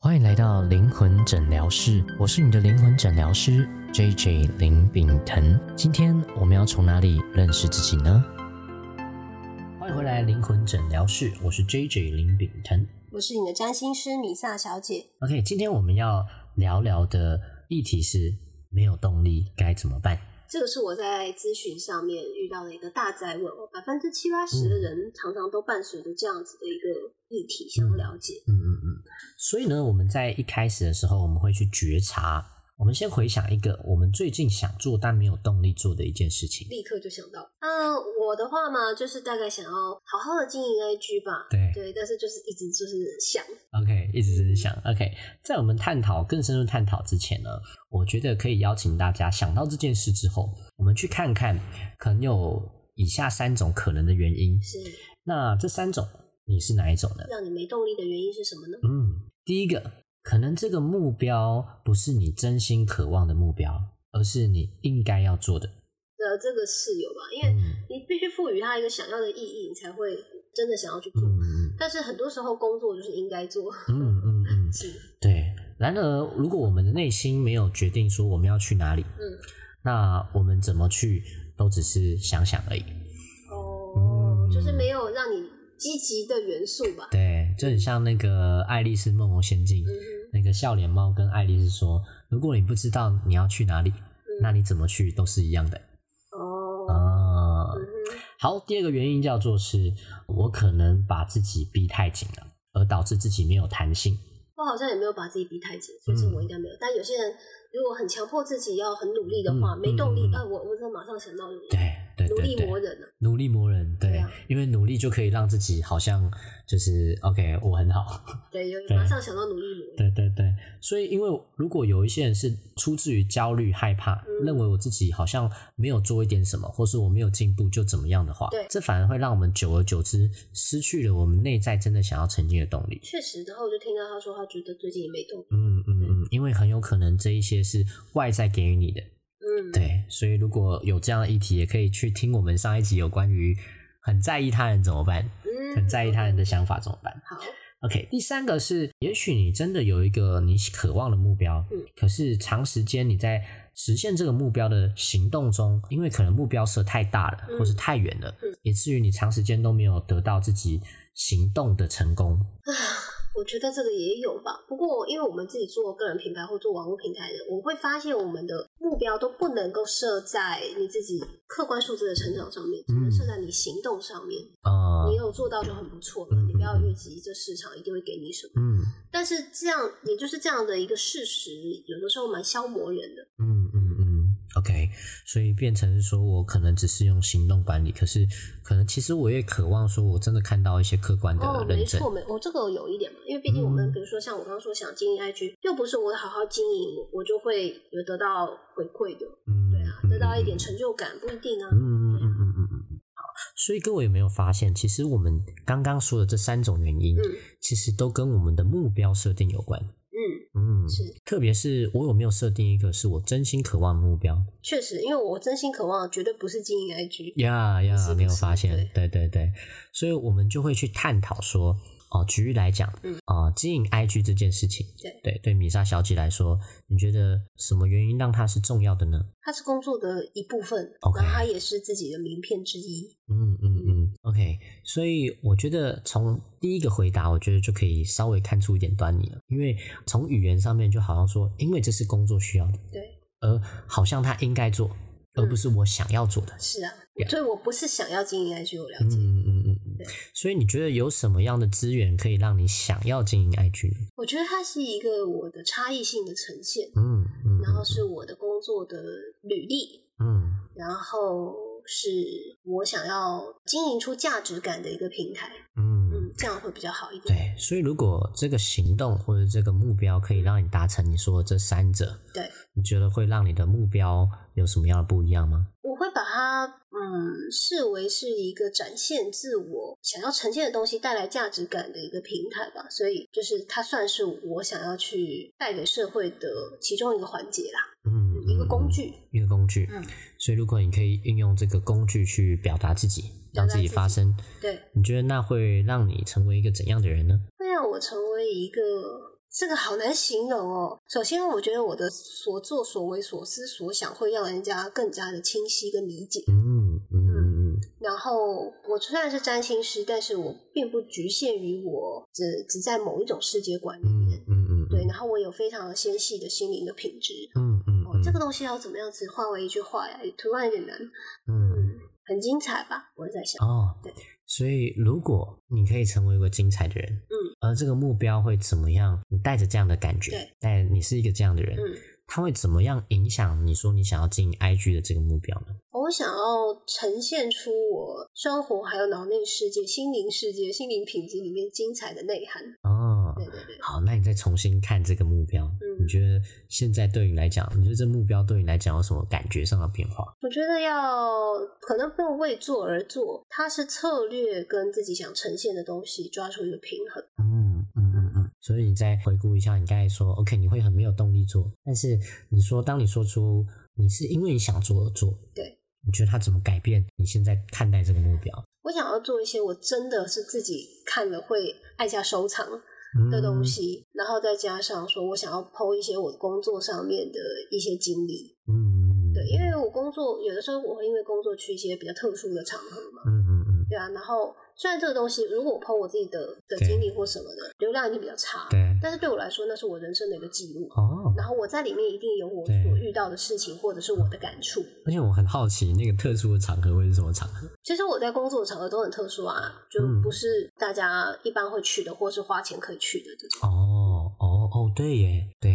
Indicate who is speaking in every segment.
Speaker 1: 欢迎来到灵魂诊疗室，我是你的灵魂诊疗师 J J 林炳腾。今天我们要从哪里认识自己呢？欢迎回来灵魂诊疗室，我是 J J 林炳腾。
Speaker 2: 我是你的占星师米萨小姐。
Speaker 1: OK，今天我们要聊聊的议题是没有动力该怎么办？
Speaker 2: 这个是我在咨询上面遇到的一个大灾问哦，百分之七八十
Speaker 1: 嗯
Speaker 2: 的人常常都伴随着这样子的一个议题，想要了解。
Speaker 1: 嗯嗯嗯。所以呢，我们在一开始的时候，我们会去觉察，我们先回想一个我们最近想做但没有动力做的一件事情。
Speaker 2: 立刻就想到，嗯、我的话嘛，就是大概想要好好的经营 IG 吧，
Speaker 1: 对
Speaker 2: 对，但是就是一直就是想，
Speaker 1: OK，一直只是想 OK，在我们探讨更深入探讨之前呢，我觉得可以邀请大家想到这件事之后，我们去看看可能有以下三种可能的原因。
Speaker 2: 是
Speaker 1: 那这三种你是哪一种呢？
Speaker 2: 让你没动力的原因是什么呢？
Speaker 1: 嗯，第一个可能这个目标不是你真心渴望的目标，而是你应该要做的。
Speaker 2: 呃，这个是有吧，因为
Speaker 1: 嗯
Speaker 2: 你必须赋予它一个想要的意义，你才会真的想要去做。
Speaker 1: 嗯
Speaker 2: 但是很多时候工作就是应该做，
Speaker 1: 嗯嗯嗯嗯，
Speaker 2: 是
Speaker 1: 对。然而，如果我们的内心没有决定说我们要去哪里，
Speaker 2: 嗯，
Speaker 1: 那我们怎么去都只是想想而已。
Speaker 2: 哦
Speaker 1: 嗯，
Speaker 2: 就是没有让你积极的元素吧。
Speaker 1: 对，就很像那个《爱丽丝梦游仙境》
Speaker 2: 嗯哼，
Speaker 1: 那个笑脸猫跟爱丽丝说：“如果你不知道你要去哪里，那你怎么去都是一样的。”
Speaker 2: 嗯哦，
Speaker 1: 啊，
Speaker 2: 嗯哼，
Speaker 1: 好，第二个原因叫做是我可能把自己逼太紧了，而导致自己没有弹性。
Speaker 2: 我好像也没有把自己逼太紧，所以这
Speaker 1: 嗯
Speaker 2: 我应该没有。但有些人如果很强迫自己要很努力的话，
Speaker 1: 嗯
Speaker 2: 没动力，
Speaker 1: 嗯嗯
Speaker 2: 哎，我我真的马上想到努力
Speaker 1: 对对
Speaker 2: 努
Speaker 1: 对
Speaker 2: 力磨
Speaker 1: 对，
Speaker 2: 人啊，
Speaker 1: 努力磨人，对，
Speaker 2: 对啊
Speaker 1: 因为努力就可以让自己好像就是 OK，我很好。
Speaker 2: 对，有
Speaker 1: 对
Speaker 2: 马上想到努力磨人，
Speaker 1: 对对对，所以因为如果有一些人是出自于焦虑、害怕，
Speaker 2: 嗯
Speaker 1: 认为我自己好像没有做一点什么，或是我没有进步就怎么样的话，
Speaker 2: 对
Speaker 1: 这反而会让我们久而久之失去了我们内在真的想要前进的动力。
Speaker 2: 确实。然后我就听到他说，他觉得最近也没动力。
Speaker 1: 嗯嗯嗯，因为很有可能这一些是外在给予你的，
Speaker 2: 嗯，
Speaker 1: 对，所以如果有这样的议题，也可以去听我们上一集有关于很在意他人怎么办，
Speaker 2: 嗯，
Speaker 1: 很在意他人的想法怎么办。
Speaker 2: 好，
Speaker 1: OK，第三个是，也许你真的有一个你渴望的目标，
Speaker 2: 嗯
Speaker 1: 可是长时间你在实现这个目标的行动中，因为可能目标设太大了，
Speaker 2: 嗯
Speaker 1: 或是太远了，
Speaker 2: 嗯
Speaker 1: 以至于你长时间都没有得到自己行动的成功。
Speaker 2: 我觉得这个也有吧。不过，因为我们自己做个人品牌或做网络平台的，我会发现我们的目标都不能够设在你自己客观数字的成长上面，只
Speaker 1: 嗯
Speaker 2: 能设在你行动上面。
Speaker 1: 啊、
Speaker 2: 你有做到就很不错了，
Speaker 1: 嗯
Speaker 2: 你不要预期这市场一定会给你什么。
Speaker 1: 嗯
Speaker 2: 但是这样，也就是这样的一个事实，有的时候蛮消磨人的。
Speaker 1: 嗯嗯嗯，OK，所以变成说我可能只是用行动管理，可是可能其实我也渴望说，我真的看到一些客观
Speaker 2: 哦
Speaker 1: 的，认
Speaker 2: 没
Speaker 1: 证。
Speaker 2: 错，没我、这个有一点嘛，因为毕竟我
Speaker 1: 啊嗯
Speaker 2: 们比如说像我刚刚说想经营 IG，又不是我好好经营，我就会有得到回馈的，
Speaker 1: 嗯，
Speaker 2: 对啊，得到一点
Speaker 1: 嗯
Speaker 2: 成就感不一定啊。
Speaker 1: 嗯嗯嗯嗯嗯嗯嗯。好，所以各位有没有发现，其实我们刚刚说的这三种原因，
Speaker 2: 嗯
Speaker 1: 其实都跟我们的目标设定有关。
Speaker 2: 嗯，
Speaker 1: 嗯，
Speaker 2: 是，
Speaker 1: 特别是我有没有设定一个是我真心渴望的目标？
Speaker 2: 确实，因为我真心渴望的绝对不是经营 IG。
Speaker 1: 呀
Speaker 2: 不是
Speaker 1: 呀，
Speaker 2: 不
Speaker 1: 没有
Speaker 2: 是
Speaker 1: 发现？对对对，所以我们就会去探讨说，哦、举例来讲，
Speaker 2: 嗯
Speaker 1: 啊、经营 IG 这件事情，
Speaker 2: 对
Speaker 1: 对对，米莎小姐来说，你觉得什么原因让它是重要的呢？
Speaker 2: 它是工作的一部分
Speaker 1: OK
Speaker 2: 然后它也是自己的名片之一。
Speaker 1: 嗯嗯嗯，OK，所以我觉得从第一个回答，我觉得就可以稍微看出一点端倪了，因为从语言上面就好像说，因为这是工作需要的，
Speaker 2: 对，
Speaker 1: 而好像他应该做，而不是我想要做的。
Speaker 2: 是啊
Speaker 1: Yeah
Speaker 2: 所以我不是想要经营 IG，我了
Speaker 1: 嗯
Speaker 2: 解。
Speaker 1: 嗯嗯嗯嗯
Speaker 2: 对，
Speaker 1: 所以你觉得有什么样的资源可以让你想要经营 IG？呢
Speaker 2: 我觉得它是一个我的差异性的呈现，
Speaker 1: 嗯嗯，
Speaker 2: 然后是我的工作的履历，
Speaker 1: 嗯
Speaker 2: 然后是我想要经营出价值感的一个平台，
Speaker 1: 嗯嗯，
Speaker 2: 嗯，这样会比较好一点。
Speaker 1: 对，所以如果这个行动或者这个目标可以让你达成你说的这三者，
Speaker 2: 对，
Speaker 1: 你觉得会让你的目标有什么样的不一样吗？
Speaker 2: 我会把它嗯视为是一个展现自我想要呈现的东西带来价值感的一个平台吧，所以就是它算是我想要去带给社会的其中一个环节啦，
Speaker 1: 嗯，
Speaker 2: 一个工
Speaker 1: 嗯
Speaker 2: 具。
Speaker 1: 一个工具。
Speaker 2: 嗯
Speaker 1: 所以如果你可以运用这个工具去表达自己，
Speaker 2: 表
Speaker 1: 让
Speaker 2: 达
Speaker 1: 自己
Speaker 2: 自己
Speaker 1: 发声，
Speaker 2: 对，
Speaker 1: 你觉得那会让你成为一个怎样的人呢？
Speaker 2: 会让我成为一个这个好难形容哦。首先，我觉得我的所作所为、所思所想会让人家更加的清晰跟理解。
Speaker 1: 嗯嗯嗯嗯，
Speaker 2: 然后，我虽然是占星师，但是我并不局限于我只只在某一种世界观里面。
Speaker 1: 嗯嗯嗯，
Speaker 2: 对，然后我有非常纤细的心灵的品质。
Speaker 1: 嗯嗯
Speaker 2: 哦
Speaker 1: 嗯，，
Speaker 2: 这个东西要怎么样子化为一句话呀？突然有点难，
Speaker 1: 嗯
Speaker 2: 很精彩吧？我在想，
Speaker 1: 哦
Speaker 2: 对，
Speaker 1: 所以如果你可以成为一个精彩的人，
Speaker 2: 嗯，
Speaker 1: 而这个目标会怎么样？你带着这样的感觉
Speaker 2: 对，
Speaker 1: 带你是一个这样的人，
Speaker 2: 嗯。
Speaker 1: 他会怎么样影响你说你想要进 IG 的这个目标呢？
Speaker 2: 我想要呈现出我生活还有脑内世界、心灵世界、心灵品质里面精彩的内涵。
Speaker 1: 哦，
Speaker 2: 对对对，
Speaker 1: 好，那你再重新看这个目标，
Speaker 2: 嗯
Speaker 1: 你觉得现在对你来讲，你觉得这目标对你来讲有什么感觉上的变化？
Speaker 2: 我觉得要可能不用为做而做，它是策略跟自己想呈现的东西抓出一个平衡。
Speaker 1: 嗯嗯嗯嗯，所以你再回顾一下，你刚才说 OK，你会很没有动力做，但是你说当你说出你是因为你想做而做，
Speaker 2: 对，
Speaker 1: 你觉得它怎么改变你现在看待这个目标
Speaker 2: 我想要做一些我真的是自己看了会爱下收藏
Speaker 1: 嗯
Speaker 2: 的东？西，然后再加上说我想要剖一些我工作上面的一些经历。
Speaker 1: 嗯，嗯
Speaker 2: 对，因为我工作有的时候我会因为工作去一些比较特殊的场合嘛，
Speaker 1: 嗯嗯嗯，
Speaker 2: 对啊，然后虽然这个东西，如果我 PO 我自己的的
Speaker 1: 对
Speaker 2: 经历或什么的，流量一定比较差，
Speaker 1: 对，
Speaker 2: 但是对我来说，那是我人生的一个记录。
Speaker 1: 哦，
Speaker 2: 然后我在里面一定有我
Speaker 1: 对
Speaker 2: 所遇到的事情，或者是我的感触。
Speaker 1: 而且我很好奇那个特殊的场合会是什么场合？
Speaker 2: 其实我在工作场合都很特殊啊，就
Speaker 1: 嗯
Speaker 2: 不是大家一般会去的，或是花钱可以去的这种。
Speaker 1: 哦哦哦，对耶，对，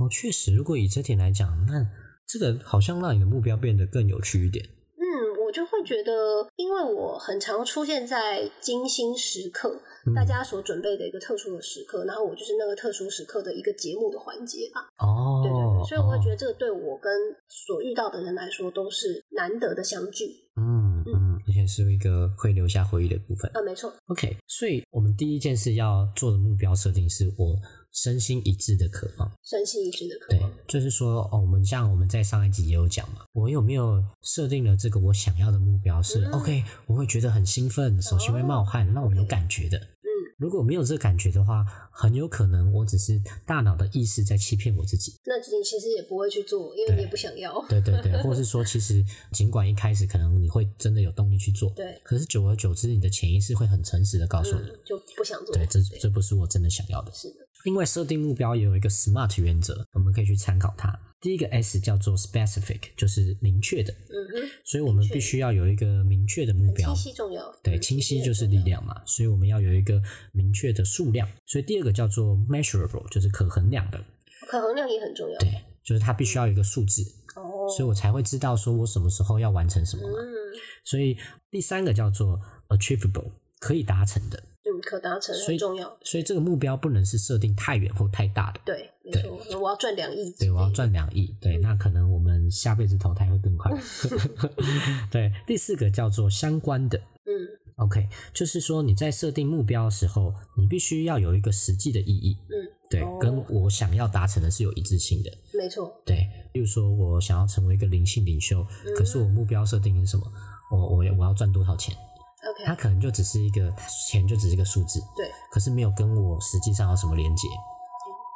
Speaker 1: 哦，确实，如果以这点来讲，那这个好像让你的目标变得更有趣一点。
Speaker 2: 嗯，我就会觉得，因为我很常出现在精心时刻，
Speaker 1: 嗯
Speaker 2: 大家所准备的一个特殊的时刻，然后我就是那个特殊时刻的一个节目的环节吧。对对
Speaker 1: 哦
Speaker 2: 对，，所以我会觉得
Speaker 1: 哦，
Speaker 2: 这个对我跟所遇到的人来说都是难得的相聚。
Speaker 1: 嗯嗯，而且是一个会留下回忆的部分。
Speaker 2: 啊，没错，
Speaker 1: OK，所以我们第一件事要做的目标设定是我身心一致的渴望。
Speaker 2: 身心一致的渴
Speaker 1: 对
Speaker 2: 望。，
Speaker 1: 就是说，哦，我们像我们在上一集也有讲嘛，我有没有设定了这个我想要的目标是、
Speaker 2: 嗯
Speaker 1: OK，我会觉得很兴奋，手心会冒汗，让我有感觉的。嗯，如果没有这个感觉的话，很有可能我只是大脑的意识在欺骗我自己。
Speaker 2: 那你其实也不会去做，因为你也
Speaker 1: 对
Speaker 2: 不想要。
Speaker 1: 对对对，或者是说，其实尽管一开始可能你会真的有动力去做，
Speaker 2: 对
Speaker 1: 可是久而久之，你的潜意识会很诚实的告诉你，
Speaker 2: 嗯，就不想做。
Speaker 1: 对，这这不是我真的想要的。
Speaker 2: 是的，
Speaker 1: 另外，设定目标也有一个 SMART 原则，我们可以去参考它。第一个 S 叫做 specific，就是明确的，
Speaker 2: 嗯哼，
Speaker 1: 所以我们
Speaker 2: 明确
Speaker 1: 必须要有一个明确的目
Speaker 2: 很清
Speaker 1: 标。
Speaker 2: 晰重要。
Speaker 1: 对，
Speaker 2: 嗯
Speaker 1: 清晰
Speaker 2: 很
Speaker 1: 就是
Speaker 2: 重
Speaker 1: 力
Speaker 2: 要。
Speaker 1: 量嘛，所以我们要有一个明确的数量。所以第二个叫做 measurable，就是可衡量的，
Speaker 2: 可衡量也很重要。
Speaker 1: 对，就是它必须要有一个数字，
Speaker 2: 哦，
Speaker 1: 所以我才会知道说我什么时候要完成什么嘛。
Speaker 2: 嗯
Speaker 1: 所以第三个叫做 achievable，可以达成的。
Speaker 2: 嗯，可达成
Speaker 1: 所以
Speaker 2: 很重要。
Speaker 1: 所以这个目标不能是设定太远或太大的，
Speaker 2: 对，没
Speaker 1: 对
Speaker 2: 错，我要赚两亿。
Speaker 1: 对，我要。赚两亿。对，那可能我们下辈子投胎会更 快。对，第四个叫做相关的。
Speaker 2: 嗯
Speaker 1: OK，就是说你在设定目标的时候，你必须要有一个实际的意义。
Speaker 2: 嗯，
Speaker 1: 对，
Speaker 2: 哦
Speaker 1: 跟我想要达成的是有一致性的。
Speaker 2: 没错。
Speaker 1: 对，例如说我想要成为一个灵性领袖，
Speaker 2: 嗯
Speaker 1: 可是我目标设定是什么？我我我要赚多少钱？
Speaker 2: OK，
Speaker 1: 它可能就只是一个钱，就只是一个数字。
Speaker 2: 对，
Speaker 1: 可是没有跟我实际上有什么连接。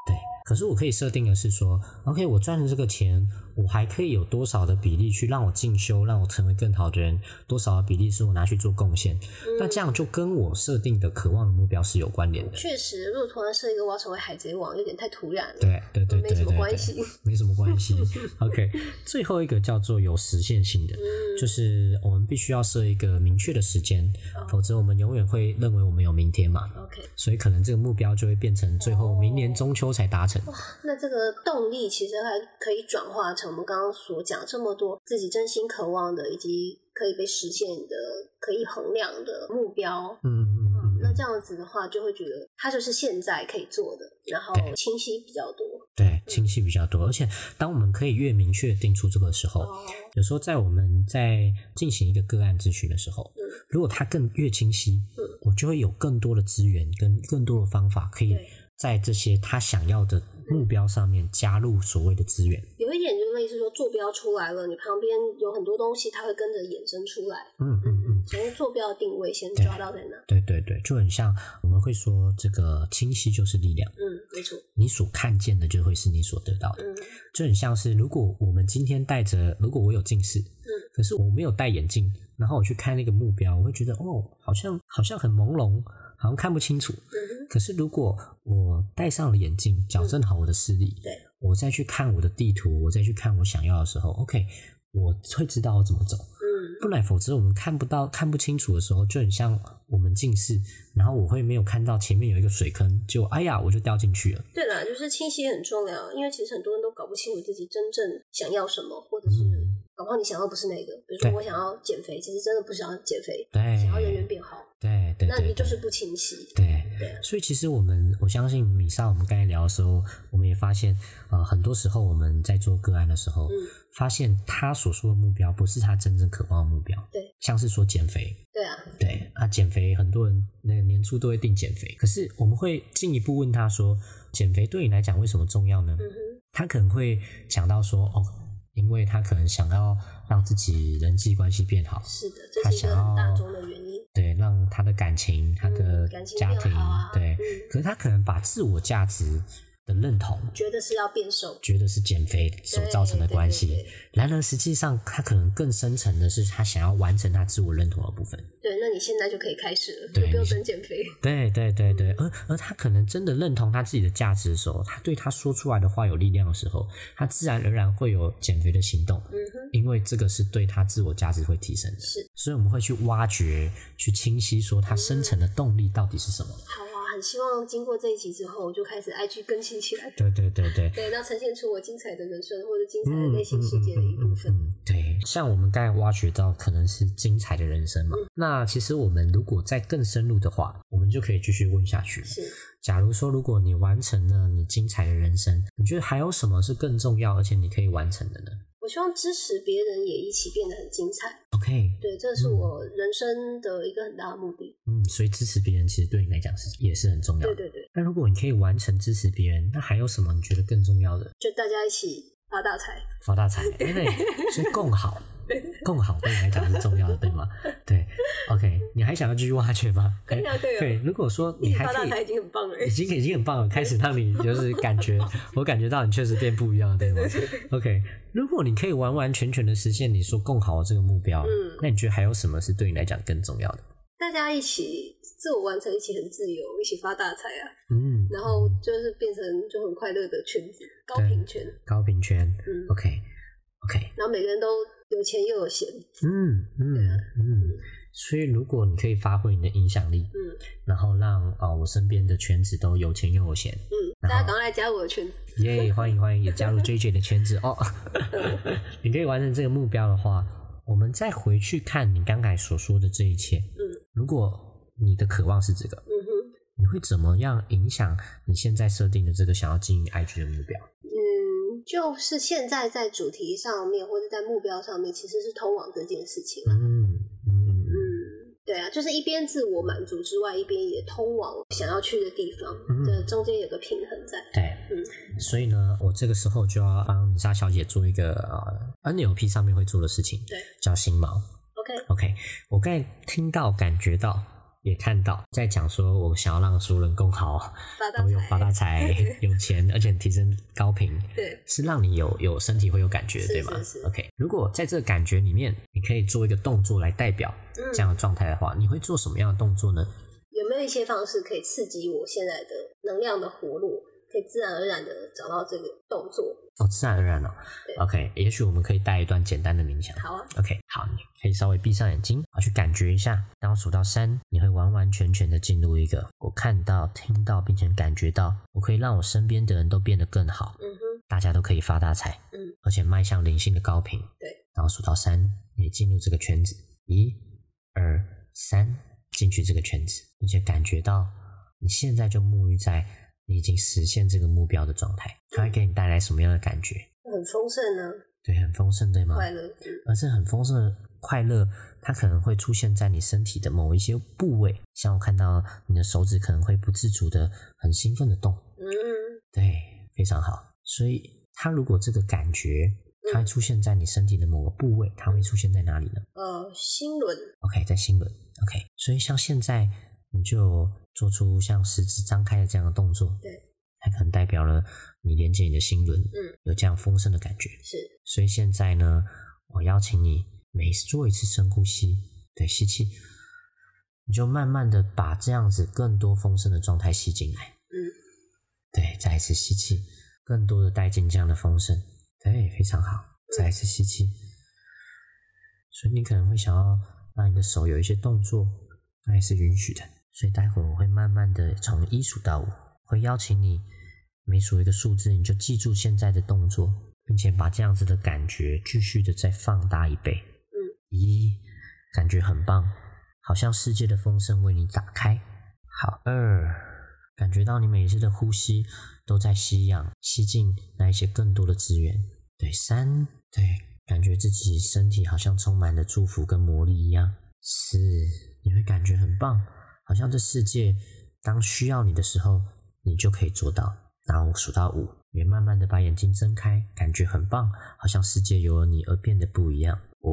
Speaker 1: 对，可是我可以设定的是说，OK，我赚了这个钱，我还可以有多少的比例去让我进修，让我成为更好的人，多少的比例是我拿去做贡献，
Speaker 2: 嗯
Speaker 1: 那这样就跟我设定的渴望的目标是有关联的。
Speaker 2: 确实，如果突然设一个我要成为海贼王，有点太突然了。
Speaker 1: 对对对对
Speaker 2: 没
Speaker 1: 对
Speaker 2: 什么
Speaker 1: 对，
Speaker 2: 关系，
Speaker 1: 没什么关系。OK，最后一个叫做有实现性的，
Speaker 2: 嗯
Speaker 1: 就是我们必须要设一个明确的时间，
Speaker 2: 嗯
Speaker 1: 否则我们永远会认为我们有明天嘛。
Speaker 2: OK，
Speaker 1: 所以可能这个目标就会变成最后明年中秋才达成。
Speaker 2: 那这个动力其实还可以转化成我们刚刚所讲这么多自己真心渴望的，以及可以被实现的、可以衡量的目标。
Speaker 1: 嗯嗯嗯
Speaker 2: 那
Speaker 1: 嗯，
Speaker 2: 这样子的话，就会觉得它就是现在可以做的，然后
Speaker 1: 对
Speaker 2: 清晰比较多。
Speaker 1: 对，清晰比较多。而且当我们可以越明确地定出这个时候，
Speaker 2: 哦，
Speaker 1: 有时候在我们在进行一个个案咨询的时候，
Speaker 2: 嗯，
Speaker 1: 如果它更越清晰，我就会有更多的资源跟更多的方法可以
Speaker 2: 对。
Speaker 1: 在这些他想要的目标上面加入所谓的资源，
Speaker 2: 有一点就类似说坐标出来了，你旁边有很多东西，它会跟着衍生出来。
Speaker 1: 嗯嗯嗯，
Speaker 2: 从坐标定位先抓到在哪。
Speaker 1: 对对对，就很像我们会说这个清晰就是力量，
Speaker 2: 嗯，没错。
Speaker 1: 你所看见的就会是你所得到的。
Speaker 2: 嗯
Speaker 1: 就很像是如果我们今天戴着，如果我有近视，
Speaker 2: 嗯
Speaker 1: 可是我没有戴眼镜，然后我去看那个目标，我会觉得哦，好像好像很朦胧，好像看不清楚。
Speaker 2: 嗯
Speaker 1: 可是如果我戴上了眼镜，矫正好我的视力，
Speaker 2: 对
Speaker 1: 我再去看我的地图，我再去看我想要的时候，OK，我会知道我怎么走。
Speaker 2: 嗯
Speaker 1: 不然，否则我们看不到、看不清楚的时候，就很像我们近视，然后我会没有看到前面有一个水坑，结果哎呀，我就掉进去了。
Speaker 2: 对啦，就是清晰很重要，啊因为其实很多人都搞不清楚自己真正想要什么，或者是
Speaker 1: 嗯
Speaker 2: 搞不好你想要不是那个。比如说
Speaker 1: 对
Speaker 2: 我想要减肥，其实真的不想要减肥，
Speaker 1: 对，
Speaker 2: 想要人缘变好，
Speaker 1: 对对对，
Speaker 2: 那你就
Speaker 1: 对
Speaker 2: 是不清晰。
Speaker 1: 对
Speaker 2: 对啊，
Speaker 1: 所以其实我们，我相信米莎，我们刚才聊的时候，我们也发现，呃，很多时候我们在做个案的时候，
Speaker 2: 嗯
Speaker 1: 发现他所说的目标不是他真正渴望的目标，
Speaker 2: 对，
Speaker 1: 像是说减肥，
Speaker 2: 对啊，
Speaker 1: 对啊，减肥很多人那个年初都会定减肥，可是我们会进一步问他说，减肥对你来讲为什么重要呢？
Speaker 2: 嗯哼，
Speaker 1: 他可能会讲到说，哦，因为他可能想要让自己人际关系变好，
Speaker 2: 是的，这
Speaker 1: 他
Speaker 2: 是一
Speaker 1: 想
Speaker 2: 个很大
Speaker 1: 要
Speaker 2: 众的原因。
Speaker 1: 对，让他的感情、他的
Speaker 2: 嗯感情
Speaker 1: 家
Speaker 2: 变
Speaker 1: 庭，
Speaker 2: 好啊
Speaker 1: 对，
Speaker 2: 嗯
Speaker 1: 可是他可能把自我价值的认同，
Speaker 2: 觉得是要变瘦，
Speaker 1: 觉得是减肥所造成的关
Speaker 2: 对对
Speaker 1: 系，然而实际上他可能更深层的是他想要完成他自我认同的部分。
Speaker 2: 对，那你现在就可以开始了，
Speaker 1: 对
Speaker 2: 就不用
Speaker 1: 你
Speaker 2: 等减肥。
Speaker 1: 对对对对，而而他可能真的认同他自己的价值的时候，他对他说出来的话有力量的时候，他自然而然会有减肥的行动，
Speaker 2: 嗯哼，
Speaker 1: 因为这个是对他自我价值会提升的。
Speaker 2: 是，
Speaker 1: 所以我们会去挖掘、去清晰说他深层的动力到底是什么。
Speaker 2: 好啊，很希望经过这一集之后，我就开始 IG 更新起来。
Speaker 1: 对对对对，
Speaker 2: 对，那呈现出我精彩的人生或者精彩的
Speaker 1: 嗯
Speaker 2: 内心世界的一部分。
Speaker 1: 嗯嗯嗯嗯对，像我们刚才挖掘到可能是精彩的人生嘛，
Speaker 2: 嗯
Speaker 1: 那其实我们如果再更深入的话，我们就可以继续问下去。
Speaker 2: 是，
Speaker 1: 假如说，如果你完成了你精彩的人生，你觉得还有什么是更重要，而且你可以完成的呢
Speaker 2: 我希望支持别人也一起变得很精彩。
Speaker 1: ？OK，
Speaker 2: 对，这是我人生的一个很大的目的。
Speaker 1: 嗯，所以支持别人其实对你来讲是也是很重要
Speaker 2: 对
Speaker 1: 的。
Speaker 2: 对对，
Speaker 1: 那如果你可以完成支持别人，那还有什么你觉得更重要的？
Speaker 2: 就大家一起发大财。
Speaker 1: 发大财，对 不对？所以共好，共好对你来讲是重要的，对 吗？对，OK，你还想要继续挖掘吗？哎
Speaker 2: 可以啊可以啊
Speaker 1: 对，如果说
Speaker 2: 一
Speaker 1: 你
Speaker 2: 起
Speaker 1: 还
Speaker 2: 发
Speaker 1: 可
Speaker 2: 大财
Speaker 1: 以。
Speaker 2: 已
Speaker 1: 嗯
Speaker 2: 经很棒了。
Speaker 1: 已经已经很棒了，开始让你就是感觉，我感觉到你确实变不一样了，对吗？OK，如果你可以完完全全的实现你说更好的这个目标，
Speaker 2: 嗯
Speaker 1: 那你觉得还有什么是对你来讲更重要的？
Speaker 2: 大家一起自我完成，一起很自由，一起发大财啊！
Speaker 1: 嗯，
Speaker 2: 然后就是变成就很快乐的圈子，高
Speaker 1: 对
Speaker 2: 频圈。
Speaker 1: 高频圈
Speaker 2: 嗯，
Speaker 1: ，OK，OK，、
Speaker 2: 然后每个人都有钱又有闲。
Speaker 1: 嗯嗯
Speaker 2: 啊
Speaker 1: 嗯，所以如果你可以发挥你的影响力，
Speaker 2: 嗯
Speaker 1: 然后让啊、呃我身边的圈子都有钱又有 闲，
Speaker 2: 嗯，大家赶快来加入我的圈子。
Speaker 1: 耶、欢迎欢迎，也加 入 JJ 的圈子哦。你可以完成这个目标的话，我们再回去看你刚才所说的这一切。
Speaker 2: 嗯，
Speaker 1: 如果你的渴望是这个，
Speaker 2: 嗯哼，
Speaker 1: 你会怎么样影响你现在设定的这个想要经营 IG 的目标？
Speaker 2: 嗯，就是现在在主题上面或者在目标上面，其实是通往这件事情啊。
Speaker 1: 嗯嗯
Speaker 2: 嗯，对啊，就是一边自我满足之外，一边也通往想要去的地方，
Speaker 1: 嗯
Speaker 2: 这中间有个平衡在。
Speaker 1: 对，所以呢，我这个时候就要帮米莎小姐做一个呃 NLP 上面会做的事情，
Speaker 2: 对
Speaker 1: 叫心锚。
Speaker 2: OK，
Speaker 1: OK，我刚才听到、感觉到、也看到，在讲说我想要让熟人更好，
Speaker 2: 发大
Speaker 1: 都有发
Speaker 2: 财。
Speaker 1: 大 财、有钱，而且提升高频，
Speaker 2: 对，
Speaker 1: 是让你有有身体会有感觉的，
Speaker 2: 是
Speaker 1: 对吗
Speaker 2: 是是
Speaker 1: ？OK，如果在这个感觉里面，你可以做一个动作来代表
Speaker 2: 嗯
Speaker 1: 这样的状态的话，你会做什么样的动作呢？
Speaker 2: 有没有一些方式可以刺激我现在的能量的活络，可以自然而然的找到这个动作？
Speaker 1: 哦，自然而然哦。
Speaker 2: 对
Speaker 1: OK，也许我们可以带一段简单的冥想。
Speaker 2: 好啊，
Speaker 1: OK，好，你可以稍微闭上眼睛，啊，去感觉一下。当我数到三，你会完完全全的进入一个我看到、听到，并且感觉到，我可以让我身边的人都变得更好，
Speaker 2: 嗯哼，
Speaker 1: 大家都可以发大财，
Speaker 2: 嗯，
Speaker 1: 而且迈向灵性的高频。
Speaker 2: 对，
Speaker 1: 然后数到三，你进入这个圈子，一、二、三，进去这个圈子，并且感觉到你现在就沐浴在你已经实现这个目标的状
Speaker 2: 嗯
Speaker 1: 态，它会给你带来什么样的感觉？
Speaker 2: 很丰盛啊，
Speaker 1: 对，很丰盛，对吗？
Speaker 2: 快乐。嗯
Speaker 1: 而是很丰盛的快乐，它可能会出现在你身体的某一些部位，像我看到你的手指可能会不自主的很兴奋的动，
Speaker 2: 嗯
Speaker 1: 对，非常好。所以它如果这个感觉它会出现在你身体的某个部位，它会出现在哪里呢
Speaker 2: 呃，心轮，
Speaker 1: ？OK，在心轮。OK，所以像现在你就做出像食指张开的这样的动作，
Speaker 2: 对，
Speaker 1: 它可能代表了你连接你的心轮，嗯，有这样丰盛的感觉。
Speaker 2: 是
Speaker 1: 所以现在呢，我邀请你每做一次深呼吸，对，吸气，你就慢慢的把这样子更多丰盛的状态吸进来。
Speaker 2: 嗯，
Speaker 1: 对，再一次吸气，更多的带进这样的丰盛。对，非常好。再一次吸气，所以你可能会想要让你的手有一些动作，那也是允许的。所以待会我会慢慢的从一数到五，会邀请你每数一个数字，你就记住现在的动作，并且把这样子的感觉继续的再放大一倍。嗯，一，感觉很棒，好像世界的丰盛为你打开。好，二，感觉到你每一次的呼吸都在吸氧，吸进那一些更多的资源。对，三，对，感觉自己身体好像充满了祝福跟魔力一样。四，你会感觉很棒，好像这世界当需要你的时候，你就可以做到。然后我数到五，也慢慢的把眼睛睁开，感觉很棒，好像世界有了你而变得不一样。哦，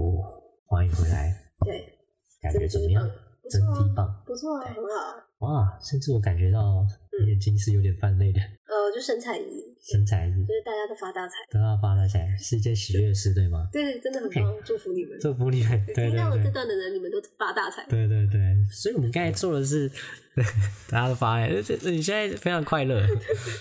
Speaker 1: 欢迎回来，
Speaker 2: 对，
Speaker 1: 感觉怎么样？
Speaker 2: 不
Speaker 1: 整
Speaker 2: 错啊
Speaker 1: 体棒。
Speaker 2: 不错啊，嗯
Speaker 1: 对
Speaker 2: 很好。
Speaker 1: 哇，甚至我感觉到眼睛是有点泛泪的，
Speaker 2: 呃，就身材仪，
Speaker 1: 身材
Speaker 2: 就是大家都发大财。
Speaker 1: 都要发了起来，世界喜悦是对吗？
Speaker 2: 对，真的很棒，祝福你们。
Speaker 1: 祝福你们，对
Speaker 2: 听到我
Speaker 1: 对
Speaker 2: 这
Speaker 1: 对，
Speaker 2: 段的人，你们都发大财。
Speaker 1: 对对对，所以我们刚才做的是，大家都发了，这呃这你现在非常快乐，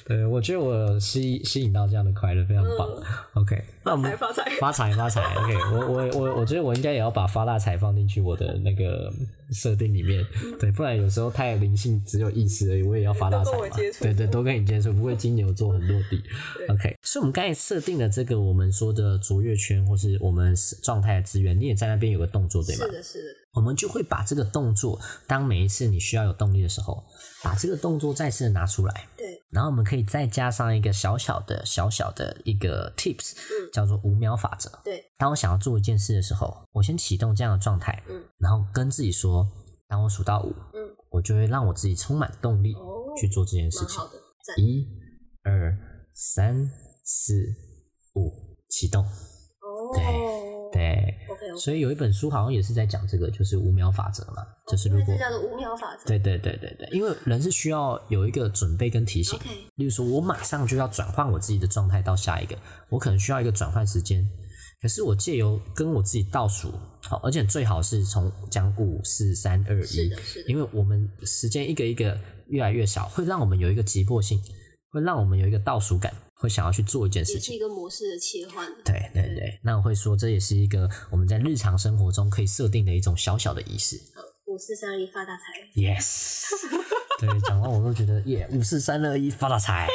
Speaker 1: 对我觉得我吸吸引到这样的快乐，非常棒。OK，那我
Speaker 2: 嗯
Speaker 1: 们
Speaker 2: 财发财
Speaker 1: 发财发财，OK，我我我我觉得我应该也要把发大财放进去我的那个设定里面，
Speaker 2: 嗯
Speaker 1: 对，不然有时候太灵性只有意识而已，我也要发大财
Speaker 2: 多跟我
Speaker 1: 嘛
Speaker 2: 接，触
Speaker 1: 对对，都跟你接触，不会金牛座很落地，OK，所以我们刚才设定的这个我们说的卓越圈或是我们状态的资源，你也在那边有个动作对吗
Speaker 2: 是？的，是的，
Speaker 1: 我们就会把这个动作，当每一次你需要有动力的时候，把这个动作再次地拿出来，
Speaker 2: 对，
Speaker 1: 然后我们可以再加上一个小小的、小小的一个 tips，
Speaker 2: 嗯
Speaker 1: 叫做五秒法则。
Speaker 2: 对，
Speaker 1: 当我想要做一件事的时候，我先启动这样的状态，
Speaker 2: 嗯
Speaker 1: 然后跟自己说，当我数到五，
Speaker 2: 嗯，
Speaker 1: 我就会让我自己充满动力
Speaker 2: 哦
Speaker 1: 去做这件事
Speaker 2: 蛮
Speaker 1: 情
Speaker 2: 好。的，赞。
Speaker 1: 一、二、三、四、五，启动。
Speaker 2: 哦，
Speaker 1: 对，
Speaker 2: ，OK，
Speaker 1: 所以有一本书好像也是在讲这个，就是五秒法则嘛，就是
Speaker 2: 因
Speaker 1: 如
Speaker 2: 为
Speaker 1: 果
Speaker 2: 这叫做五秒法则。
Speaker 1: 对对对对对，因为人是需要有一个准备跟提醒。
Speaker 2: ，OK，
Speaker 1: 例如说，我马上就要转换我自己的状态到下一个，我可能需要一个转换时间。可是我借由跟我自己倒数，好，而且最好是从讲五四三二
Speaker 2: 是
Speaker 1: 一
Speaker 2: 的，，是的，
Speaker 1: 因为我们时间一个一个越来越少，会让我们有一个急迫性，会让我们有一个倒数感，会想要去做一件事
Speaker 2: 也
Speaker 1: 情
Speaker 2: 是。一个模式的切换。
Speaker 1: 对对对，那我会说，这也是一个我们在日常生活中可以设定的一种小小的仪式。
Speaker 2: 五四三二一发大 财。
Speaker 1: Yes，对，讲完我都觉得耶，五四三二一发大 财。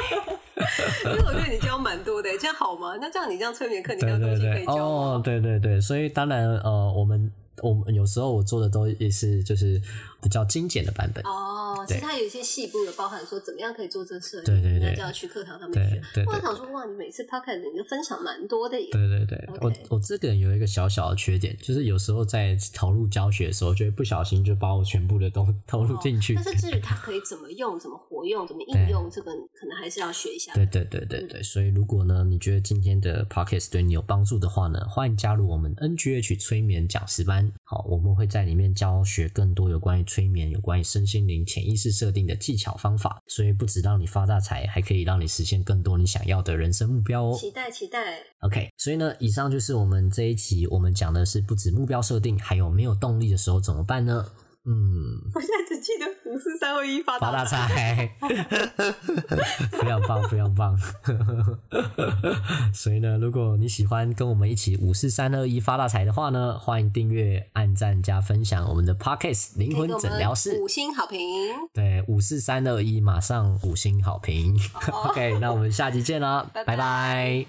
Speaker 2: 因为我觉得你教蛮多的，这样好吗？那这样你这样催眠课，你还
Speaker 1: 对
Speaker 2: 有东
Speaker 1: 对
Speaker 2: 西可
Speaker 1: 对
Speaker 2: 以，教吗？
Speaker 1: 哦，对对对，所以当然呃，我们我们有时候我做的都也是就是比较精简的版本。
Speaker 2: 哦，其
Speaker 1: 对
Speaker 2: 实它有一些细部的包含，说怎么样可以做这设计，
Speaker 1: 对对对
Speaker 2: 那就要去课堂上面
Speaker 1: 对
Speaker 2: 学。
Speaker 1: 对
Speaker 2: 我还
Speaker 1: 对
Speaker 2: 想说，哇，你每次 podcast 你的分享蛮多的耶。
Speaker 1: 对对对，我
Speaker 2: OK
Speaker 1: 我这个人有一个小小的缺点，就是有时候在投入教学的时候，就会不小心就把我全部的都投入进去。
Speaker 2: 但哦 是至于它可以怎么用、怎么活用、怎么应用，这个可能还是要学一下。
Speaker 1: 对对对对对，所以如果呢，你觉得今天的 podcast 对你有帮助的话呢，欢迎加入我们 NGH 催眠讲师班。好，我们会在里面教学更多有关于催眠、有关于身心灵、潜意识设定的技巧方法，所以不止让你发大财，还可以让你实现更多你想要的人生目标哦。
Speaker 2: 期待期待，
Speaker 1: OK，所以呢，以上就是我们这一集我们讲的是不止目标设定，还有没有动力的时候怎么办呢？嗯，
Speaker 2: 我现在只记得五四三二一发
Speaker 1: 发
Speaker 2: 大
Speaker 1: 大财， 非常棒，非常棒。 所以呢，如果你喜欢跟我们一起五四三二一发大财的话呢，欢迎订阅、按赞加分享我们的 Podcast 灵
Speaker 2: 可以
Speaker 1: 魂
Speaker 2: 给我
Speaker 1: 诊疗
Speaker 2: 们
Speaker 1: 室
Speaker 2: 五。星好评，
Speaker 1: 对，五四三二一，马上五星好评。
Speaker 2: 哦
Speaker 1: OK，那我们下集见啦，
Speaker 2: 拜
Speaker 1: 拜
Speaker 2: 拜
Speaker 1: 拜